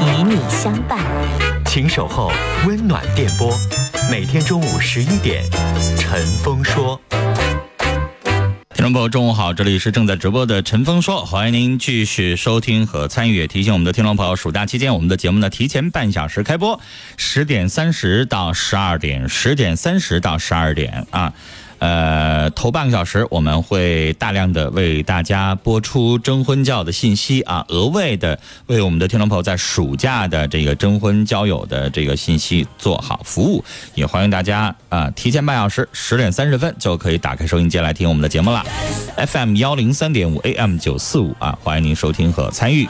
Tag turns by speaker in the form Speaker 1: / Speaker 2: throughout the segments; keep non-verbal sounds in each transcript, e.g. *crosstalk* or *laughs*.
Speaker 1: 与你相伴。
Speaker 2: 请守候温暖电波，每天中午十一点，陈峰说。
Speaker 3: 听众朋友，中午好，这里是正在直播的陈峰说，欢迎您继续收听和参与。也提醒我们的听众朋友，暑假期间我们的节目呢提前半小时开播，十点三十到十二点，十点三十到十二点啊。呃，头半个小时我们会大量的为大家播出征婚教的信息啊，额外的为我们的听众朋友在暑假的这个征婚交友的这个信息做好服务，也欢迎大家啊、提前半小时，十点三十分就可以打开收音机来听我们的节目了，FM 幺零三点五，AM 九四五啊，欢迎您收听和参与。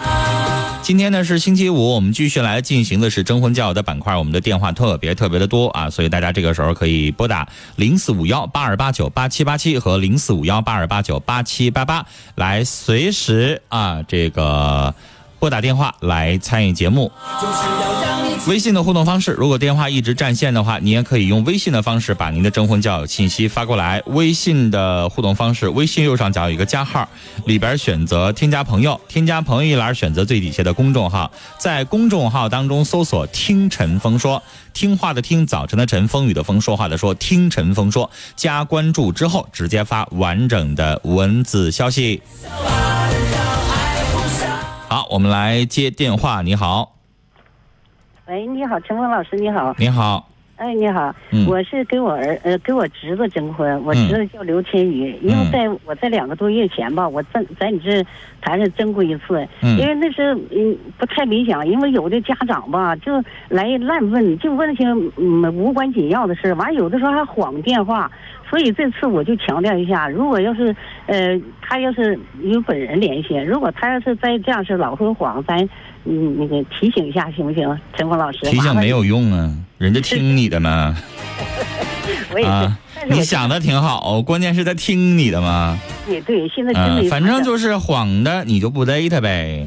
Speaker 3: 今天呢是星期五，我们继续来进行的是征婚交友的板块，我们的电话特别特别的多啊，所以大家这个时候可以拨打零四五幺八二八九八七八七和零四五幺八二八九八七八八来随时啊这个拨打电话来参与节目。微信的互动方式，如果电话一直占线的话，你也可以用微信的方式把您的征婚交友信息发过来。微信的互动方式，微信右上角有一个加号，里边选择添加朋友，添加朋友一栏选择最底下的公众号，在公众号当中搜索“听陈峰说”，听话的听，早晨的晨，风雨的风，说话的说，听陈峰说，加关注之后直接发完整的文字消息。好，我们来接电话。你好，
Speaker 4: 喂，你好，陈峰老师，你好。
Speaker 3: 你好，
Speaker 4: 哎，你好，
Speaker 3: 嗯
Speaker 4: 我是给我儿呃给我侄子征婚，我侄子叫刘天宇，
Speaker 3: 嗯
Speaker 4: 因为在我在两个多月前吧，我在在你这台上征过一次，
Speaker 3: 嗯
Speaker 4: 因为那是嗯不太理想，因为有的家长吧就来乱问，就问些嗯无关紧要的事，完有的时候还晃电话，所以这次我就强调一下，如果要是呃他要是与本人联系，如果他要是再这样式老说谎，咱嗯那个提醒一下行不行，陈峰老师？
Speaker 3: 提醒没有用啊，人家听你的嘛。
Speaker 4: 我也是，
Speaker 3: 啊
Speaker 4: 但哎是我
Speaker 3: 你想的挺好，关键是他听你的嘛。
Speaker 4: 也对，现在真
Speaker 3: 嗯、
Speaker 4: 的、
Speaker 3: 反正就是晃的，你就不勒他呗，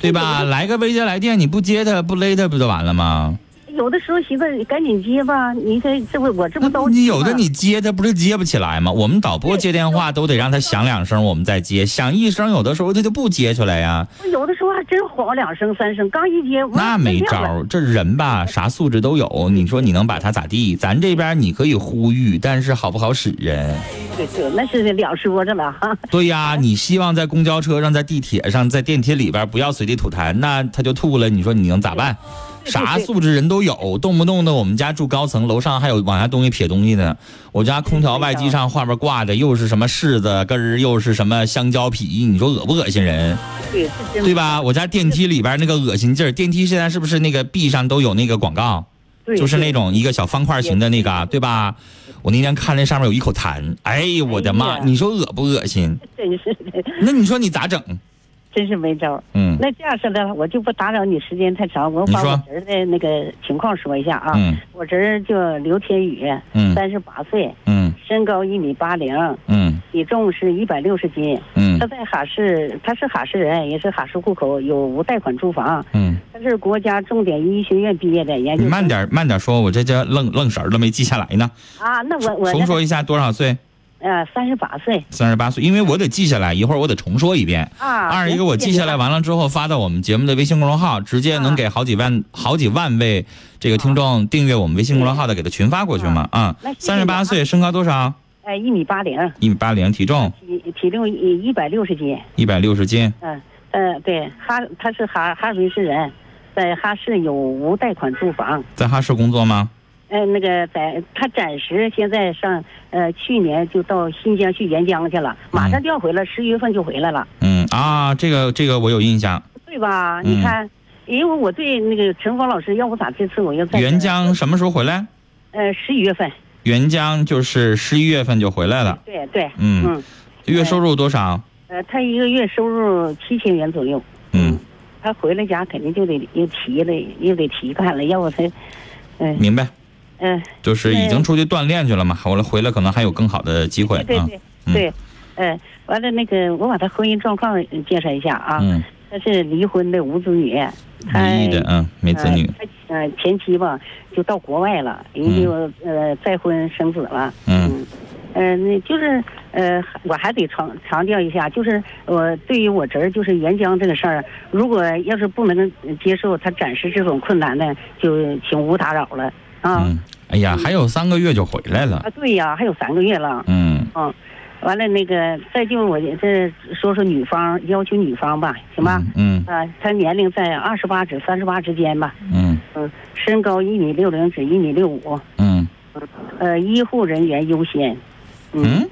Speaker 3: 对吧？来个未接来电，你不接他，不勒他，不就完了吗？
Speaker 4: 有的时候寻思赶紧接吧，你这这不我这不着急吗
Speaker 3: 你有的你接他不是接不起来吗？我们导播接电话都得让他响两声，我们再接，响一声有的时候他就不接出来呀、
Speaker 4: 有的时候还真晃两声三声，刚一接
Speaker 3: 那没招。
Speaker 4: 哇
Speaker 3: 儿。这人吧，啥素质都有，你说你能把他咋地？咱这边你可以呼吁，但是好不好使人？
Speaker 4: 对对，那是两说着了 *laughs* 哈。
Speaker 3: 对呀，你希望在公交车上、在地铁上、在电梯里边不要随地吐痰，那他就吐了，你说你能咋办？
Speaker 4: 对对
Speaker 3: 啥素质人都有，动不动的我们家住高层，楼上还有往下东西撇东西呢。我家空调外机上外边挂的又是什么柿子根儿，又是什么香蕉皮，你说恶不恶心人，
Speaker 4: 对，这真
Speaker 3: 对？吧？我家电梯里边那个恶心劲儿，电梯现在是不是那个壁上都有那个广告？
Speaker 4: 对，
Speaker 3: 就是那种一个小方块型的那个，对吧？我那天看那上面有一口痰，哎呦我的妈！
Speaker 4: 哎呀
Speaker 3: 你说恶不恶心？
Speaker 4: 对真是的， *laughs*
Speaker 3: 那你说你咋整？
Speaker 4: *laughs* 真是没招儿。
Speaker 3: 嗯
Speaker 4: 那这样式的，我就不打扰你时间太长，我
Speaker 3: 你
Speaker 4: 把
Speaker 3: 说
Speaker 4: 我侄儿的那个情况说一下啊。
Speaker 3: 嗯
Speaker 4: 我侄儿叫刘天宇，
Speaker 3: 嗯
Speaker 4: 三十八岁，
Speaker 3: 嗯
Speaker 4: 身高一米八零，
Speaker 3: 嗯
Speaker 4: 体重是一百六十斤。
Speaker 3: 嗯
Speaker 4: 他在哈市，他是哈市人，也是哈市户口，有无贷款住房。
Speaker 3: 嗯，
Speaker 4: 他是国家重点医学院毕业的研究
Speaker 3: 你
Speaker 4: 生。
Speaker 3: 慢点慢点说，我这这愣愣神儿都没记下来呢。
Speaker 4: 啊！那我我
Speaker 3: 重说一下多少岁？
Speaker 4: 呃三十八岁
Speaker 3: 三十八岁，因为我得记下来，一会儿我得重说一遍。
Speaker 4: 啊。
Speaker 3: 二一个我记下来，完了之后发到我们节目的微信公众号，直接能给好几万好几万位这个听众订阅我们微信公众号的，给他群发过去嘛啊
Speaker 4: 那。谢谢
Speaker 3: 三
Speaker 4: 你
Speaker 3: 十
Speaker 4: 啊
Speaker 3: 八岁，身高多少？
Speaker 4: 哎一米八零，
Speaker 3: 一米八零，体重
Speaker 4: 体体重一一百六十斤。
Speaker 3: 一百六十斤。
Speaker 4: 嗯、呃对，哈他是哈哈尔滨市人，在哈市有无贷款住房。
Speaker 3: 在哈市工作吗？
Speaker 4: 呃，那个在他暂时现在上呃去年就到新疆去沿江去了，马上调回来，十一月份就回来了，
Speaker 3: 嗯啊，这个这个我有印象，
Speaker 4: 对吧？
Speaker 3: 嗯
Speaker 4: 你看，因为我对那个陈峰老师，要不咋这次我要再
Speaker 3: 援疆什么时候回来？
Speaker 4: 呃十一月份，
Speaker 3: 援疆就是十一月份就回来了，
Speaker 4: 对对，
Speaker 3: 嗯
Speaker 4: 嗯，
Speaker 3: 月收入多少？
Speaker 4: 呃，他一个月收入七千元左右，
Speaker 3: 嗯，
Speaker 4: 他回了家肯定就得又提了，又得提干了，要不他，嗯、
Speaker 3: 明白，
Speaker 4: 嗯、
Speaker 3: 就是已经出去锻炼去了嘛，后来回来可能还有更好的机会
Speaker 4: 对对
Speaker 3: 啊，
Speaker 4: 对、对，嗯，完了那个我把他婚姻状况呃介绍一下啊，
Speaker 3: 嗯，
Speaker 4: 他是离婚的无子女，他
Speaker 3: 离异的，嗯，没子女，
Speaker 4: 呃他呃前妻吧就到国外了，人家就、呃再婚生子了，
Speaker 3: 嗯
Speaker 4: 呃，那就是呃，我还得强强调一下，就是我对于我侄儿就是援疆这个事儿，如果要是不能接受他展示这种困难呢，就请勿打扰了啊、
Speaker 3: 嗯，哎呀，还有三个月就回来了
Speaker 4: 啊，，对呀，还有三个月了，
Speaker 3: 嗯
Speaker 4: 嗯，完了那个再就我这说说女方要求女方吧，行吧？
Speaker 3: 嗯
Speaker 4: 啊，她年龄在二十八至三十八之间吧，
Speaker 3: 嗯
Speaker 4: 嗯，身高一米六零至一米六五，
Speaker 3: 嗯
Speaker 4: 呃，医护人员优先，嗯，
Speaker 3: 嗯，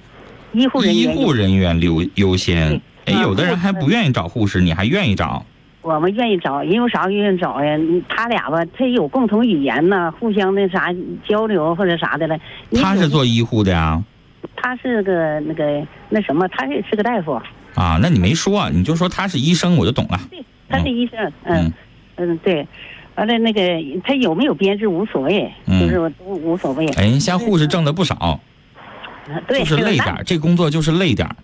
Speaker 4: 医护人
Speaker 3: 医
Speaker 4: 员优先
Speaker 3: 护人员优优先，哎，
Speaker 4: 嗯
Speaker 3: 有的人还不愿意找护士，你还愿意找，
Speaker 4: 我们愿意找，因为啥愿意找呀？他俩吧，他有共同语言呐，互相的啥交流或者啥的了。你
Speaker 3: 他是
Speaker 4: 有
Speaker 3: 做医护的呀。
Speaker 4: 他是个那个那什么，他也是个大夫，
Speaker 3: 啊，那你没说、啊，你就说他是医生，我就懂了。
Speaker 4: 对，他是医生，嗯
Speaker 3: 嗯
Speaker 4: 嗯，对。完了，那个他有没有编制无所谓，
Speaker 3: 嗯
Speaker 4: 就是我都无所谓。
Speaker 3: 哎，现在护士挣的不少，
Speaker 4: 对，
Speaker 3: 就是累点儿，这工作就是累点儿。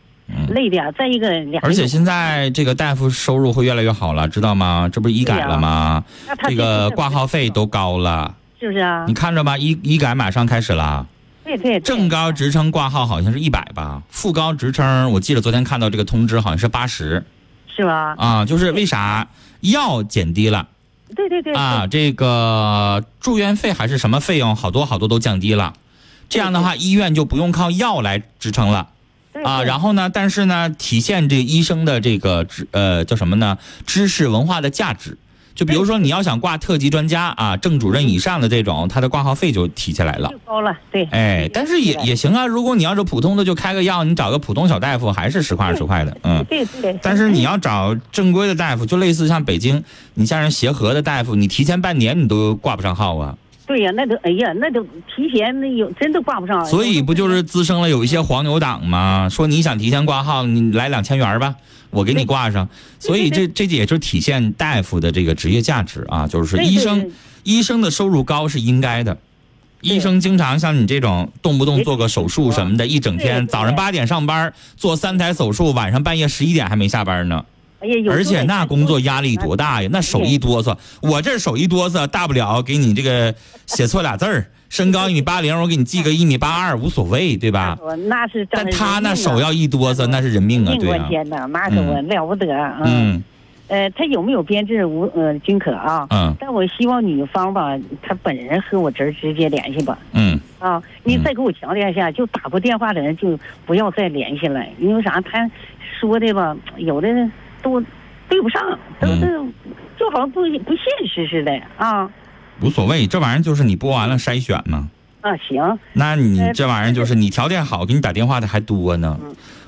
Speaker 4: 那累点儿。再一个，俩
Speaker 3: 而且现在这个大夫收入会越来越好了，知道吗？这不是医改
Speaker 4: 啊
Speaker 3: 了吗？
Speaker 4: 那他
Speaker 3: 这
Speaker 4: 就是
Speaker 3: 个
Speaker 4: 不
Speaker 3: 挂号费都高了，
Speaker 4: 是不是啊
Speaker 3: 你？看着吧，医医改马上开始了。
Speaker 4: 对对，对
Speaker 3: 正高职称挂号好像是一百吧，副高职称我记得昨天看到这个通知好像是八十
Speaker 4: 是吧？
Speaker 3: 啊，就是为啥药减低了
Speaker 4: 对对对
Speaker 3: 啊？，这个住院费还是什么费用，好多好多都降低了。这样的话，医院就不用靠药来支撑了。
Speaker 4: 对 *laughs*
Speaker 3: 啊，
Speaker 4: 对
Speaker 3: 然后呢，但是呢，体现这个医生的这个知呃叫什么呢？知识文化的价值。就比如说，你要想挂特级专家啊，正主任以上的这种，他的挂号费就提起来了
Speaker 4: 就。高了，对。
Speaker 3: 哎，但是也也行啊，如果你要是普通的，就开个药，你找个普通小大夫还是十块二十块的，嗯。
Speaker 4: 对对。
Speaker 3: 但是你要找正规的大夫，就类似像北京，你像人协和的大夫，你提前半年你都挂不上号啊，
Speaker 4: 对呀，那都哎呀，那都提前那啊有真都挂不上。
Speaker 3: 所以不就是滋生了有一些黄牛党吗？说你想提前挂号，你来两千元吧，我给你挂上。所以这这也就体现大夫的这个职业价值啊，就是
Speaker 4: 对
Speaker 3: 医
Speaker 4: 对
Speaker 3: 生
Speaker 4: 对
Speaker 3: 医生的收入高是应该的。医生经常像你这种动不动做个手术什么的，一整天
Speaker 4: 对对
Speaker 3: 早上八点上班，做三台手术，晚上半夜十一点还没下班呢。
Speaker 4: 哎呀，有
Speaker 3: 而
Speaker 4: 时候
Speaker 3: 且
Speaker 4: 在
Speaker 3: 那
Speaker 4: 家
Speaker 3: 工作压力多大呀？那手一哆嗦，我这手一哆嗦，大不了给你这个写错俩字儿，身高一米八零，我给你记个一米八二，无所谓，对吧？
Speaker 4: 我那是真
Speaker 3: 但
Speaker 4: 的
Speaker 3: 他
Speaker 4: 人命
Speaker 3: 那
Speaker 4: 啊
Speaker 3: 手要一哆嗦，那是人命啊，
Speaker 4: 命
Speaker 3: 对
Speaker 4: 关
Speaker 3: 啊，
Speaker 4: 天呐，那可我了不得啊！
Speaker 3: 嗯
Speaker 4: 呃，他有没有编制无呃均可啊？
Speaker 3: 嗯
Speaker 4: 但我希望女方吧，她本人和我侄儿直接联系吧。
Speaker 3: 嗯
Speaker 4: 啊，你
Speaker 3: 嗯
Speaker 4: 再给我强调一下，就打过电话的人就不要再联系了，因为啥？他说的吧，有的都对不上，都
Speaker 3: 嗯
Speaker 4: 是、就好像不不现实似的啊
Speaker 3: 无所谓，这玩意儿就是你播完了筛选嘛。
Speaker 4: 啊！行，
Speaker 3: 那你这玩意儿就是你条件好，给你打电话的还多呢。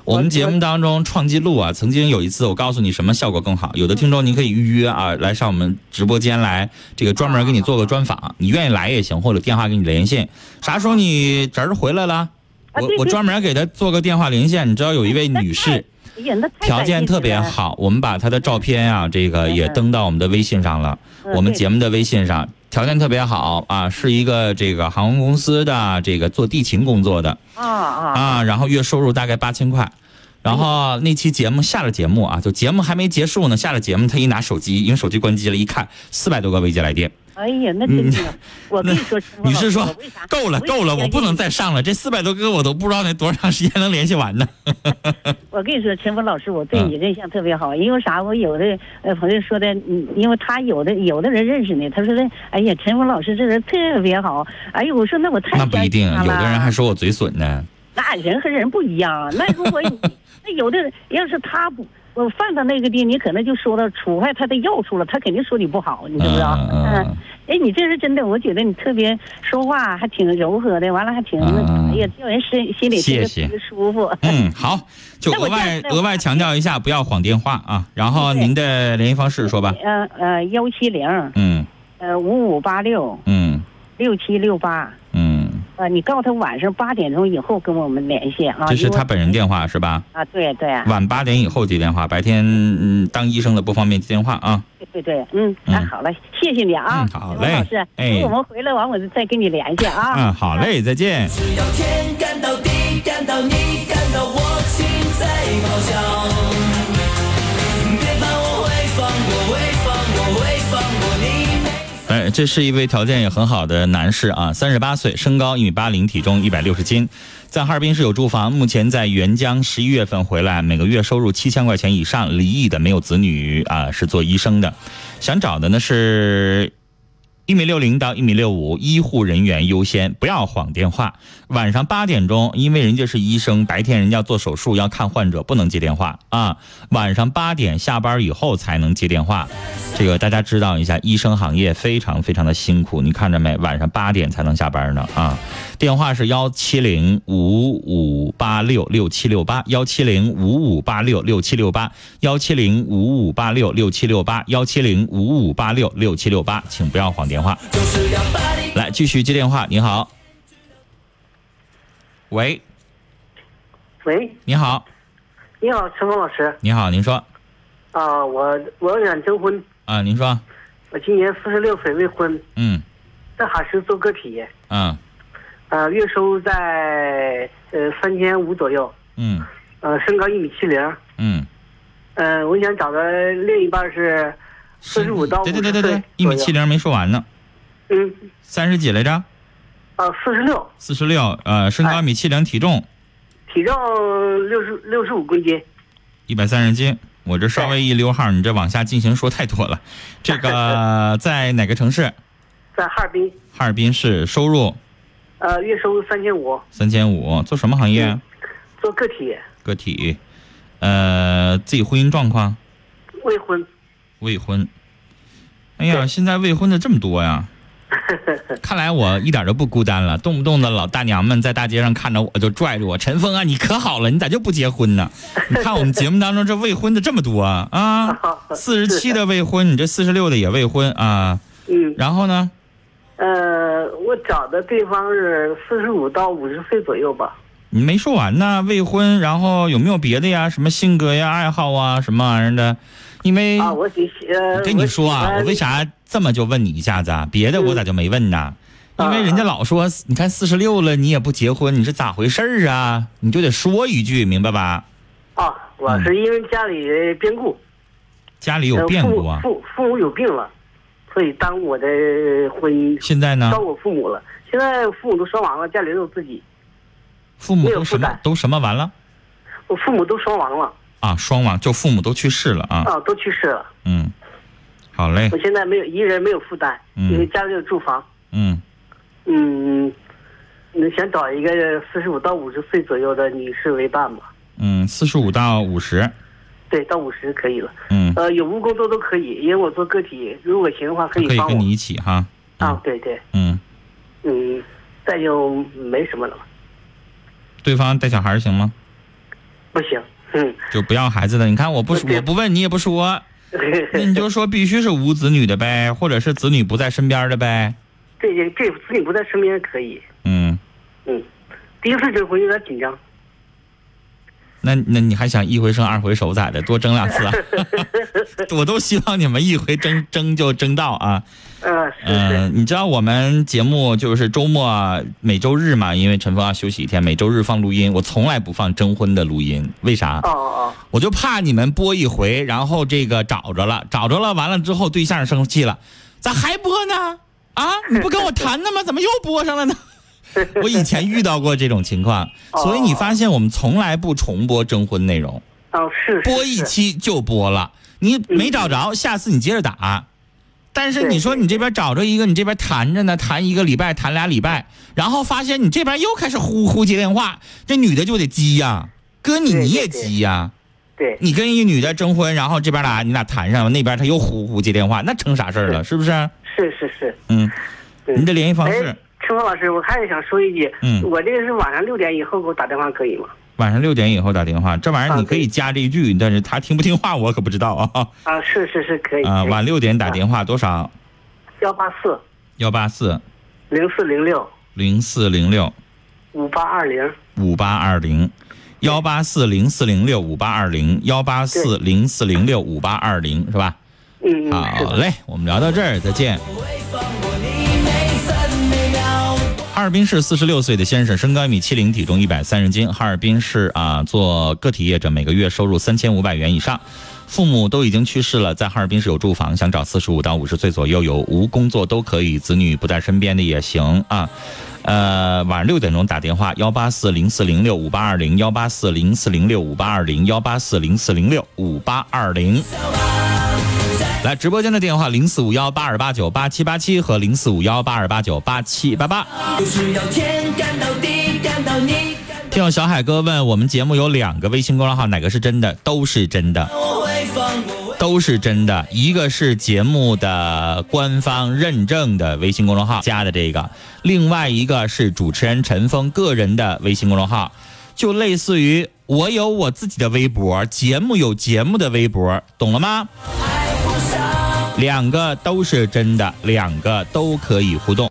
Speaker 3: 我们节目当中创纪录啊，曾经有一次我告诉你什么效果更好，有的听众您可以预约啊，来上我们直播间来，这个专门给你做个专访，你愿意来也行，或者电话给你连线。啥时候你侄儿回来了，我
Speaker 4: 对
Speaker 3: 我
Speaker 4: 对
Speaker 3: 专门给他做个电话连线。你知道有一位女士
Speaker 4: 哎呀，那太
Speaker 3: 条件
Speaker 4: 感谢
Speaker 3: 特别
Speaker 4: 你了，
Speaker 3: 好，我们把她的照片啊，这个也登到我们的微信上了。
Speaker 4: 嗯
Speaker 3: 我们
Speaker 4: 对
Speaker 3: 节目的微信上，条件特别好啊，是一个这个航空公司的这个做地勤工作的
Speaker 4: 啊啊嗯
Speaker 3: 啊，然后月收入大概八千块。然后那期节目下了节目啊，就节目还没结束呢，下了节目他一拿手机，因为手机关机了，一看四百多个未接来电，
Speaker 4: 哎呀，那真是，我跟你说，陈峰
Speaker 3: 女
Speaker 4: 老
Speaker 3: 士
Speaker 4: 师
Speaker 3: 嗯说
Speaker 4: 我为啥
Speaker 3: 够了够了，我不能。再上了，这四百多个我都不知道那多长时间能联系完呢。
Speaker 4: 我跟你说，陈峰老师，我对
Speaker 3: 嗯
Speaker 4: 你印象特别好，因为啥？我有的呃朋友说的，嗯因为他有的有的人认识你，他说的，哎呀，陈峰老师这人特别好，哎呦，我说那我太
Speaker 3: 那不一定，啊
Speaker 4: 相信
Speaker 3: 有
Speaker 4: 他了
Speaker 3: 的人还说我嘴损呢。
Speaker 4: 啊那人和人不一样，那如果你那有的人要是他不我犯到那个地，你可能就说到处坏他的要处了，他肯定说你不好，你知不知道？
Speaker 3: 嗯嗯嗯
Speaker 4: 嗯，哎，你这是真的，我觉得你特别说话还挺柔和的，完了还挺那
Speaker 3: 嗯嗯嗯
Speaker 4: 哎呀，叫人心心里
Speaker 3: 谢
Speaker 4: 听着
Speaker 3: 谢
Speaker 4: 特别舒服。
Speaker 3: 嗯，好，就
Speaker 4: 哎那
Speaker 3: 额
Speaker 4: 我这样
Speaker 3: 外
Speaker 4: 那我
Speaker 3: 额外强调一下，不要晃电话啊。然后
Speaker 4: 对
Speaker 3: 您的联系方式说吧。
Speaker 4: 呃呃，幺七零
Speaker 3: 嗯
Speaker 4: 呃五五八六
Speaker 3: 嗯
Speaker 4: 六七六八，
Speaker 3: 嗯，
Speaker 4: 呃，你告诉他晚上八点钟以后跟我们联系啊。
Speaker 3: 这是
Speaker 4: 因为
Speaker 3: 他本人电话是吧？
Speaker 4: 啊，对对
Speaker 3: 晚八点以后接电话，白天嗯当医生的不方便接电话啊。
Speaker 4: 对对对，嗯，那、
Speaker 3: 嗯
Speaker 4: 好了，谢谢你啊，
Speaker 3: 嗯好
Speaker 4: 刘老
Speaker 3: 嘞
Speaker 4: 师，
Speaker 3: 哎
Speaker 4: 等我们回来完我再跟你联系啊。
Speaker 3: 嗯，好嘞，再见。
Speaker 5: 只要天干到地，干到你，干到我心在咆哮。别怕，我会放过，会放过，会放过你。
Speaker 3: 哎，这是一位条件也很好的男士啊，三十八岁，身高一米八零，体重一百六十斤，在哈尔滨市有住房，目前在援疆，十一月份回来，每个月收入七千块钱以上，离异的，没有子女啊，是做医生的，想找的呢是。一米六零到一米六五，医护人员优先，不要晃电话。晚上八点钟，因为人家是医生，白天人家做手术要看患者，不能接电话啊。晚上八点下班以后才能接电话。这个大家知道一下，医生行业非常非常的辛苦，你看着没？晚上八点才能下班呢啊！电话是幺七零五五八六六七六八，幺七零五五八六六七六八，幺七零五五八六六七六八，幺七零五五八六六七六八，请不要晃电话。
Speaker 5: 就是要把你
Speaker 3: 来，继续接电话。你好，喂，
Speaker 6: 喂，
Speaker 3: 你好，
Speaker 6: 你好，陈峰老师
Speaker 3: 你好，您说
Speaker 6: 啊，我我想征婚，
Speaker 3: 啊，您说，
Speaker 6: 我今年四十六岁，未婚，
Speaker 3: 嗯
Speaker 6: 但还是做个体，
Speaker 3: 嗯
Speaker 6: 呃，月收入在呃三千五左右，
Speaker 3: 嗯
Speaker 6: 呃，身高一米七零，
Speaker 3: 嗯，
Speaker 6: 嗯，我想找的另一半是四十五到五
Speaker 3: 对
Speaker 6: 十
Speaker 3: 对
Speaker 6: 岁
Speaker 3: 对对对，一米七
Speaker 6: 零，
Speaker 3: 零没说完呢，
Speaker 6: 嗯，
Speaker 3: 三十几来着？
Speaker 6: 啊，四十六，
Speaker 3: 四十六，呃，身高一米七零，体重
Speaker 6: 体重六十六十五公斤，
Speaker 3: 一百三十斤。我这稍微一溜号，你这往下进行说太多了。这个在哪个城市？
Speaker 6: 在哈尔滨，
Speaker 3: 哈尔滨市，收入
Speaker 6: 呃，月收入三千五，
Speaker 3: 三千五，做什么行业？
Speaker 6: 做个体，
Speaker 3: 个体，呃，自己婚姻状况，
Speaker 6: 未婚，，
Speaker 3: 未婚。哎呀，现在未婚的这么多呀！看来我一点都不孤单了，动不动的老大娘们在大街上看着我就拽着我，陈峰啊，你可好了，你咋就不结婚呢？你看我们节目当中这未婚的这么多啊，啊四十七的未婚，你这四十六的也未婚啊，
Speaker 6: 嗯，
Speaker 3: 然后呢，
Speaker 6: 呃，我找的对方是四十五到五十岁左右吧，
Speaker 3: 你没说完呢，未婚，然后有没有别的呀？什么性格呀、爱好啊，什么玩意儿的？因为
Speaker 6: 啊，我喜呃，
Speaker 3: 跟你说啊，
Speaker 6: 喜欢
Speaker 3: 嗯我为啥这么就问你一下子啊？别的我咋就没问呢？
Speaker 6: 啊
Speaker 3: 因为人家老说，你看四十六了，你也不结婚，你是咋回事儿啊？你就得说一句，明白吧？
Speaker 6: 啊？我是因为家里变故，
Speaker 3: 家里嗯有
Speaker 6: 呃，
Speaker 3: 变
Speaker 6: 父
Speaker 3: 故
Speaker 6: 母
Speaker 3: 啊，
Speaker 6: 父父母有病了，所以耽误我的婚姻，
Speaker 3: 现在呢
Speaker 6: 耽，误我父母了。现在父母都双亡了，家里有自己，
Speaker 3: 父母
Speaker 6: 没有
Speaker 3: 都什
Speaker 6: 负
Speaker 3: 么
Speaker 6: 担
Speaker 3: 都什么完了
Speaker 6: 我父母都双亡了
Speaker 3: 啊？双亡，就父母都去世了啊？
Speaker 6: 啊，都去世了。
Speaker 3: 嗯，好嘞
Speaker 6: 我，现在没有一人没有负担，
Speaker 3: 嗯
Speaker 6: 因为家里有住房，
Speaker 3: 嗯，
Speaker 6: 嗯。嗯想找一个四十五到五十岁左右的女士为伴吧？
Speaker 3: 嗯，四十五到五十，
Speaker 6: 对，到五十可以了。
Speaker 3: 嗯，
Speaker 6: 呃，有无工作都可以，因为我做个体，如果行的话可以
Speaker 3: 可以
Speaker 6: 帮
Speaker 3: 跟
Speaker 6: 我
Speaker 3: 你一起哈，
Speaker 6: 啊。对对，
Speaker 3: 嗯，
Speaker 6: 嗯，再就没什么了吧？
Speaker 3: 对方带小孩儿行吗？
Speaker 6: 不行，嗯，
Speaker 3: 就不要孩子的，你看我不
Speaker 6: 呃对
Speaker 3: 我不问你也不说， *laughs* 那你就说必须是无子女的呗，或者是子女不在身边的呗。
Speaker 6: *laughs* 这些这子女不在身边可以，
Speaker 3: 嗯，
Speaker 6: 嗯，第一次征婚有点紧张，
Speaker 3: 那那你还想一回生二回熟咋的？多争两
Speaker 6: *laughs*
Speaker 3: 次、啊，我都希望你们一回争争就争到啊。
Speaker 6: 呃，是
Speaker 3: 嗯、
Speaker 6: 是，
Speaker 3: 你知道我们节目就是周末每周日嘛，因为陈峰要休息一天，每周日放录音，我从来不放征婚的录音，为啥？
Speaker 6: 哦哦
Speaker 3: 我就怕你们播一回，然后这个找着了，找着了，完了之后对象生气了，咋还播呢？
Speaker 6: *laughs*
Speaker 3: 啊，你不跟我谈呢吗？怎么又播上了呢？我以前遇到过这种情况，所以你发现我们从来不重播征婚内容，
Speaker 6: 哦，哦是是
Speaker 3: 播一
Speaker 6: 是
Speaker 3: 期就播了，你没找着，下次你接着打。但是你说你这边找着一个，你这边谈着呢，谈一个礼拜，谈俩礼拜，然后发现你这边又开始呼呼接电话，这女的就得急呀、哥你
Speaker 6: 对
Speaker 3: 你也
Speaker 6: 对对
Speaker 3: 急呀、
Speaker 6: 对，
Speaker 3: 你跟一女的征婚，然后这边俩你俩谈上了，那边他又呼呼接电话，那成啥事儿了？是不是？
Speaker 6: 是是是。
Speaker 3: 嗯，
Speaker 6: 嗯
Speaker 3: 你的联系方式
Speaker 6: 哎，春风老师，我还是想说一句，
Speaker 3: 嗯
Speaker 6: 我这个是晚上六点以后给我打电话可以吗？
Speaker 3: 晚上六点以后打电话，这玩意儿
Speaker 6: 啊
Speaker 3: 你可以加这一句，但是他听不听话我可不知道啊。
Speaker 6: 啊，是是是，可以。
Speaker 3: 啊，晚六点打电话多少？
Speaker 6: 幺八四
Speaker 3: 幺八四
Speaker 6: 零四零六
Speaker 3: 零四零六
Speaker 6: 五八二零。
Speaker 3: 五八二零。幺八四零四零六五八二零，幺八四零四零六五八二零，是吧？
Speaker 6: 嗯嗯，是
Speaker 3: 啊好
Speaker 6: 的。
Speaker 3: 嘞，我们聊到这儿，再见。哈尔滨市四十六岁的先生，身高一米七零，体重一百三十斤。哈尔滨市啊，做个体业者，每个月收入三千五百元以上。父母都已经去世了，在哈尔滨市有住房，想找四十五到五十岁左右有无工作都可以，子女不在身边的也行啊。呃，晚上六点钟打电话，幺八四零四零六五八二零，幺八四零四零六五八二零，幺八四零四零六五八二零。来，直播间的电话零四五幺八二八九八七八七和零四五幺八二八九八七八八。
Speaker 5: 就是要天干到地干到你干到
Speaker 3: 听友小海哥问我们节目有两个微信公众号，哪个是真的？都是真的，
Speaker 5: 我会放我会
Speaker 3: 都是真的。一个是节目的官方认证的微信公众号加的这个，另外一个是主持人陈峰个人的微信公众号，就类似于我有我自己的微博，节目有节目的微博，懂了吗？两个都是真的，两个都可以互动。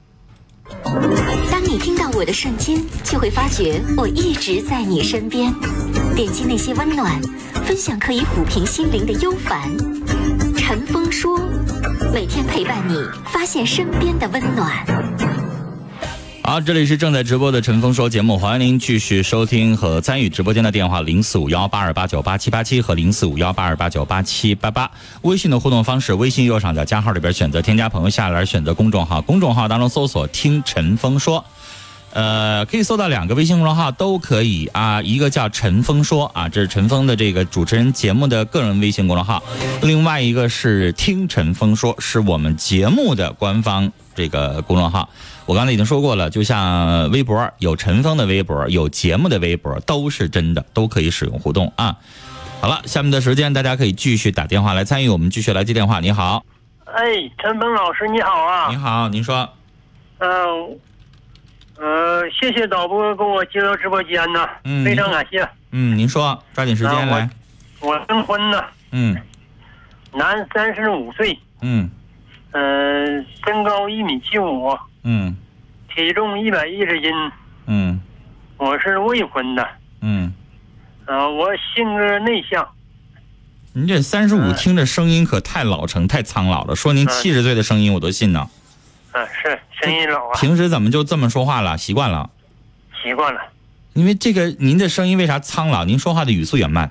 Speaker 7: 当你听到我的瞬间，就会发觉我一直在你身边。点击那些温暖，分享可以抚平心灵的忧烦。陈峰说，每天陪伴你，发现身边的温暖。
Speaker 3: 好，这里是正在直播的《陈峰说》节目，欢迎您继续收听和参与直播间的电话零四五幺八二八九八七八七和零四五幺八二八九八七八八。微信的互动方式，微信右上角加号里边选择添加朋友，下栏选择公众号，公众号当中搜索“听陈峰说”。呃，可以搜到两个微信公众号都可以啊，一个叫陈峰说啊，这是陈峰的这个主持人节目的个人微信公众号，另外一个是听陈峰说，是我们节目的官方这个公众号。我刚才已经说过了，就像微博有陈峰的微博，有节目的微博，都是真的，都可以使用互动啊。好了，下面的时间大家可以继续打电话来参与，我们继续来接电话。你好，
Speaker 8: 哎，陈鹏老师你好
Speaker 3: 你
Speaker 8: 啊，
Speaker 3: 好，您说，
Speaker 8: 嗯、呃，谢谢导播给我接到直播间呢，
Speaker 3: 嗯
Speaker 8: 非常感谢。
Speaker 3: 嗯，您说，抓紧时间来，
Speaker 8: 我征婚呢，
Speaker 3: 嗯
Speaker 8: 男，三十五岁，
Speaker 3: 嗯
Speaker 8: 嗯、身高一米七五，
Speaker 3: 嗯
Speaker 8: 体重一百一十斤，
Speaker 3: 嗯
Speaker 8: 我是未婚的，
Speaker 3: 嗯，
Speaker 8: 呃，我性格内向，
Speaker 3: 您这三十五
Speaker 8: 嗯
Speaker 3: 听着声音可太老成、太苍老了，说您
Speaker 8: 嗯
Speaker 3: 七十岁的声音我都信呢。
Speaker 8: 啊、是声音老啊，
Speaker 3: 平时怎么就这么说话了？习惯了，
Speaker 8: 习惯了，
Speaker 3: 因为这个您的声音为啥苍老？您说话的语速也慢，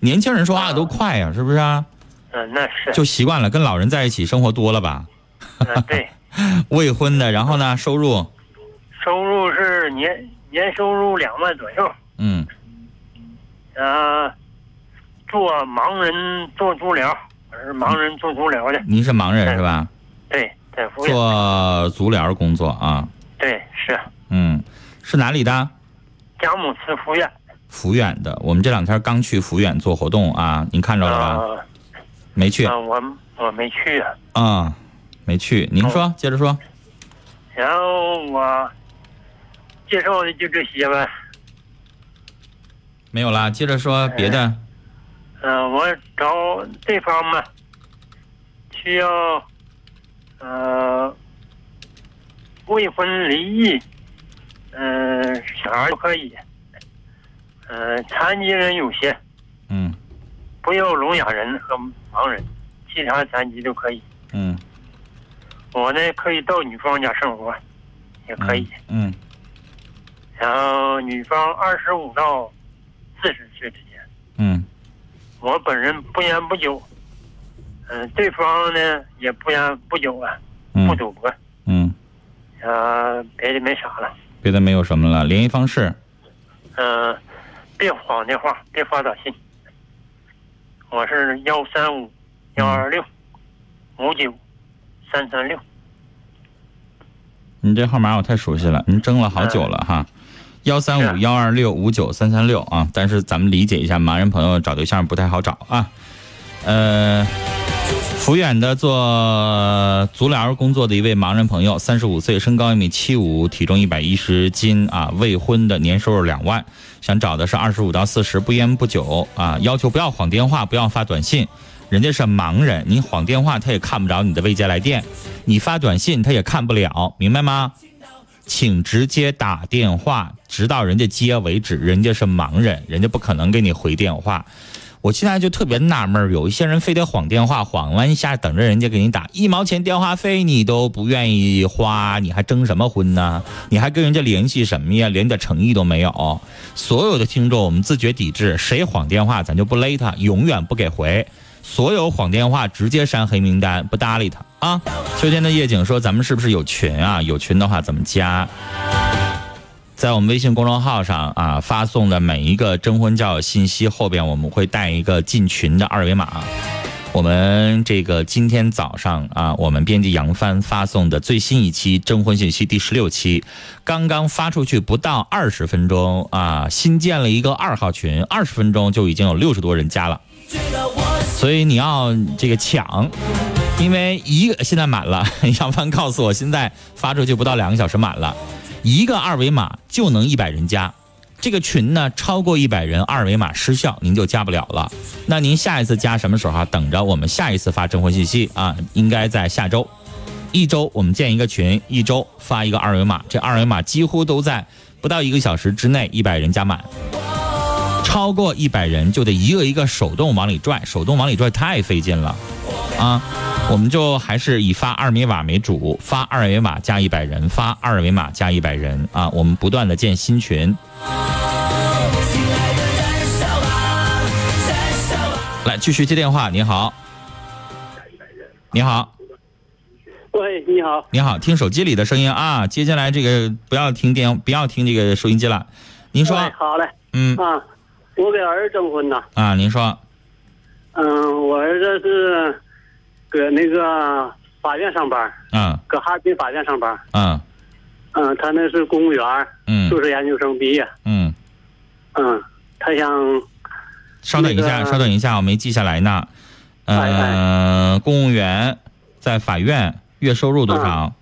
Speaker 3: 年轻人说话都快呀、是不是啊？
Speaker 8: 嗯、那是，
Speaker 3: 就习惯了，跟老人在一起生活多了吧？
Speaker 8: 嗯、对，
Speaker 3: 未婚的，然后呢，收入，
Speaker 8: 收入是年年收入两万左右，
Speaker 3: 嗯，
Speaker 8: 呃，做盲人做足疗，我是盲人做足疗的，
Speaker 3: 您是盲
Speaker 8: 哎
Speaker 3: 人是吧？
Speaker 8: 对，在抚养，
Speaker 3: 嗯做足疗工作啊，
Speaker 8: 对，是
Speaker 3: 嗯，是哪里的？
Speaker 8: 贾母慈福院
Speaker 3: 抚远的，我们这两天刚去抚远做活动啊，您看着了吧？
Speaker 8: 啊
Speaker 3: 没去
Speaker 8: 啊，我我没去啊，
Speaker 3: 啊，没去。您
Speaker 8: 哦
Speaker 3: 说，接着说。
Speaker 8: 然后我介绍的就这些呗，
Speaker 3: 没有啦，接着
Speaker 8: 哎
Speaker 3: 说别的。
Speaker 8: 嗯、我找这方面需要，呃，未婚离异，嗯、啥都可以，嗯、残疾人有些。
Speaker 3: 嗯
Speaker 8: 不要聋哑人和盲人，其他残疾都可以。
Speaker 3: 嗯，
Speaker 8: 我呢可以到女方家生活，也可以。
Speaker 3: 嗯。
Speaker 8: 然后女方二十五到四十岁之间，
Speaker 3: 嗯
Speaker 8: 我本人不烟不酒，嗯、对方呢也不烟不酒啊，
Speaker 3: 嗯
Speaker 8: 不赌博，
Speaker 3: 嗯嗯，
Speaker 8: 呃，别的没啥了。
Speaker 3: 别的没有什么了。联系方式，
Speaker 8: 嗯、别晃电话，别发短信。我是幺三五幺二六五九三三六，嗯
Speaker 3: 你这号码我太熟悉了，您争了好久了哈。幺三五
Speaker 8: 是
Speaker 3: 幺二六五九三三六啊。但是咱们理解一下，盲人朋友找对象不太好找啊。呃，抚远的做足疗工作的一位盲人朋友，三十五岁，身高一米七五，体重一百一十斤啊，未婚的，年收入两万，想找的是二十五到四十，不烟不酒啊，要求不要晃电话，不要发短信。人家是盲人，你晃电话他也看不着你的未接来电，你发短信他也看不了，明白吗？请直接打电话，直到人家接为止。人家是盲人，人家不可能给你回电话。我现在就特别纳闷儿，有一些人非得晃电话，晃完一下等着人家给你打一毛钱电话费，你都不愿意花，你还征什么婚呢？你还跟人家联系什么呀？连点诚意都没有。所有的听众，我们自觉抵制，谁晃电话咱就不勒他，永远不给回。所有晃电话直接删黑名单，不搭理他啊！秋天的夜景说：“咱们是不是有群啊？有群的话怎么加？”在我们微信公众号上啊发送的每一个征婚交友信息后边，我们会带一个进群的二维码。我们这个今天早上啊，我们编辑杨帆发送的最新一期征婚信息第十六期，刚刚发出去不到二十分钟啊，新建了一个二号群，二十分钟就已经有六十多人加了。所以你要这个抢，因为一个现在满了， *laughs* 杨帆告诉我现在发出去不到两个小时满了，一个二维码就能一百人加。这个群呢，超过一百人，二维码失效，您就加不了了。那您下一次加什么时候啊？等着我们下一次发征婚信息啊，应该在下周。一周我们建一个群，一周发一个二维码，这二维码几乎都在不到一个小时之内一百人加满。超过一百人就得一个一个手动往里拽，手动往里拽太费劲了，啊，我们就还是以发二维码为主，发二维码加一百人，发二维码加一百人啊，我们不断的建新群。来，继续接电话。你好，你好，
Speaker 6: 喂，你好，
Speaker 3: 你好，听手机里的声音啊。接下来这个不要听电，不要听这个收音机了。您说，
Speaker 6: 哎好嘞，
Speaker 3: 嗯
Speaker 6: 啊，我给儿子征婚呐，
Speaker 3: 啊，您说，
Speaker 6: 嗯，我儿子是搁那个法院上班，
Speaker 3: 嗯
Speaker 6: 搁哈尔滨法院上班，
Speaker 3: 嗯
Speaker 6: 嗯，他那是公务员，
Speaker 3: 嗯
Speaker 6: 硕士研究生毕业，
Speaker 3: 嗯。
Speaker 6: 嗯，他想，
Speaker 3: 稍等一下，
Speaker 6: 那个
Speaker 3: 稍等一下，我没记下来呢。呃，公务员在法院月收入多
Speaker 6: 嗯
Speaker 3: 少？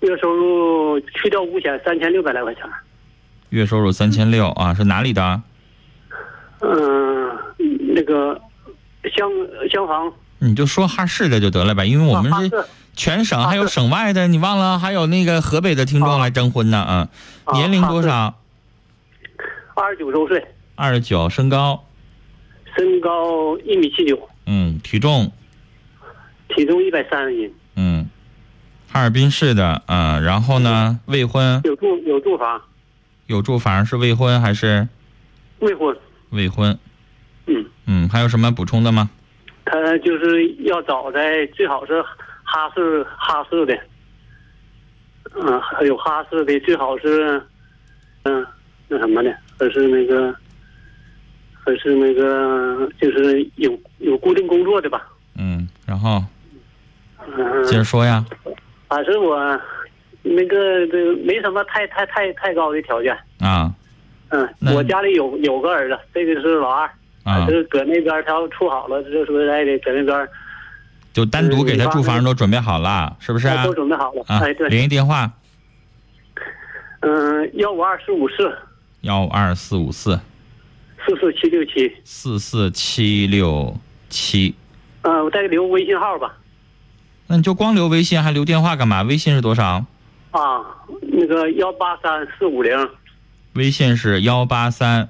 Speaker 6: 月收入去掉五险三千六百来块钱，
Speaker 3: 月收入三千六啊，是哪里的？
Speaker 6: 嗯，那个香香房，
Speaker 3: 你就说哈市的就得了呗，因为我
Speaker 6: 啊哈
Speaker 3: 们
Speaker 6: 市
Speaker 3: 是全省还有省外的，你忘了还有那个河北的听众来征婚呢啊。
Speaker 6: 啊
Speaker 3: 年龄多少？
Speaker 6: 二十九周岁，
Speaker 3: 二十九，身高，
Speaker 6: 身高一米七九，
Speaker 3: 嗯，体重，
Speaker 6: 体重一百三十斤，
Speaker 3: 嗯，哈尔滨市的，嗯，然后呢，未婚，
Speaker 6: 有住有住房，
Speaker 3: 有住房是未婚还是
Speaker 6: 未婚，
Speaker 3: 未婚？
Speaker 6: 嗯，
Speaker 3: 嗯，还有什么补充的吗？
Speaker 6: 他就是要找在最好是哈市哈市的，嗯、还有哈市的最好是，嗯、那什么的，还是那个，还是那个，就是有有固定工作的吧，
Speaker 3: 嗯，然后
Speaker 6: 嗯、
Speaker 3: 接着说呀，
Speaker 6: 反正我那个这个没什么太太太太高的条件，
Speaker 3: 啊
Speaker 6: 嗯、
Speaker 3: 那
Speaker 6: 我家里有有个儿子，这个是老二，哎
Speaker 3: 啊
Speaker 6: 就，是搁那边儿他要处好了，就说实在的，搁那边儿
Speaker 3: 就单独给他
Speaker 6: 嗯
Speaker 3: 住房都准备好了，是不是啊
Speaker 6: 都？准备好了，
Speaker 3: 啊
Speaker 6: 哎，，对，
Speaker 3: 联系电话
Speaker 6: 嗯，幺五二四五四
Speaker 3: 幺二四五四
Speaker 6: 四四七六七，
Speaker 3: 四四七六七。
Speaker 6: 嗯，我再留微信号吧。
Speaker 3: 那你就光留微信，还留电话干嘛？微信是多少？
Speaker 6: 啊，那个幺八三四五零
Speaker 3: 微信是幺八三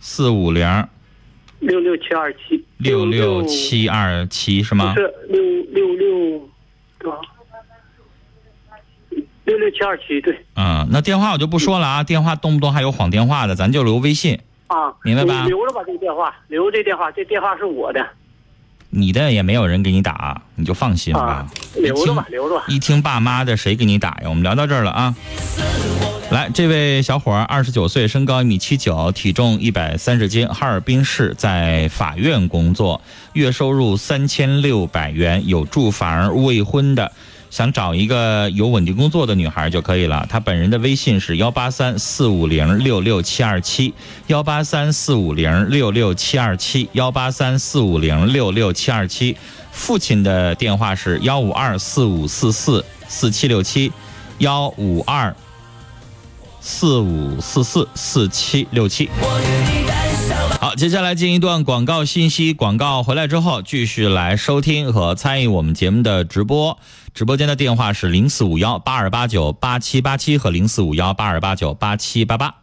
Speaker 3: 四五零
Speaker 6: 六六七二七
Speaker 3: 六六，七二七是
Speaker 6: 不
Speaker 3: 吗？
Speaker 6: 是六六六，多少？六六七二七，对
Speaker 3: 嗯，那电话我就不说了啊，电话动不动还有晃电话的，咱就留微信。
Speaker 6: 啊，
Speaker 3: 明白吧
Speaker 6: 你留着吧，这个电话，留着这电话，这电话是我的
Speaker 3: 你的也没有人给你打，你就放心吧
Speaker 6: 啊。，留着吧，
Speaker 3: 一听
Speaker 6: 留着吧。
Speaker 3: 一听爸妈的，谁给你打呀？我们聊到这儿了啊。来，这位小伙儿，二十九岁，身高一米七九，体重一百三十斤，哈尔滨市，在法院工作，月收入三千六百元，有住房，未婚的，想找一个有稳定工作的女孩就可以了。她本人的微信是幺八三四五零六六七二七，幺八三四五零六六七二七，幺八三四五零六六七二七。父亲的电话是幺五二四五四四四七六七，幺五二四五四四四七六七。好，接下来进一段广告信息，广告回来之后继续来收听和参与我们节目的直播。直播间的电话是零四五幺八二八九八七八七和零四五幺八二八九八七八八。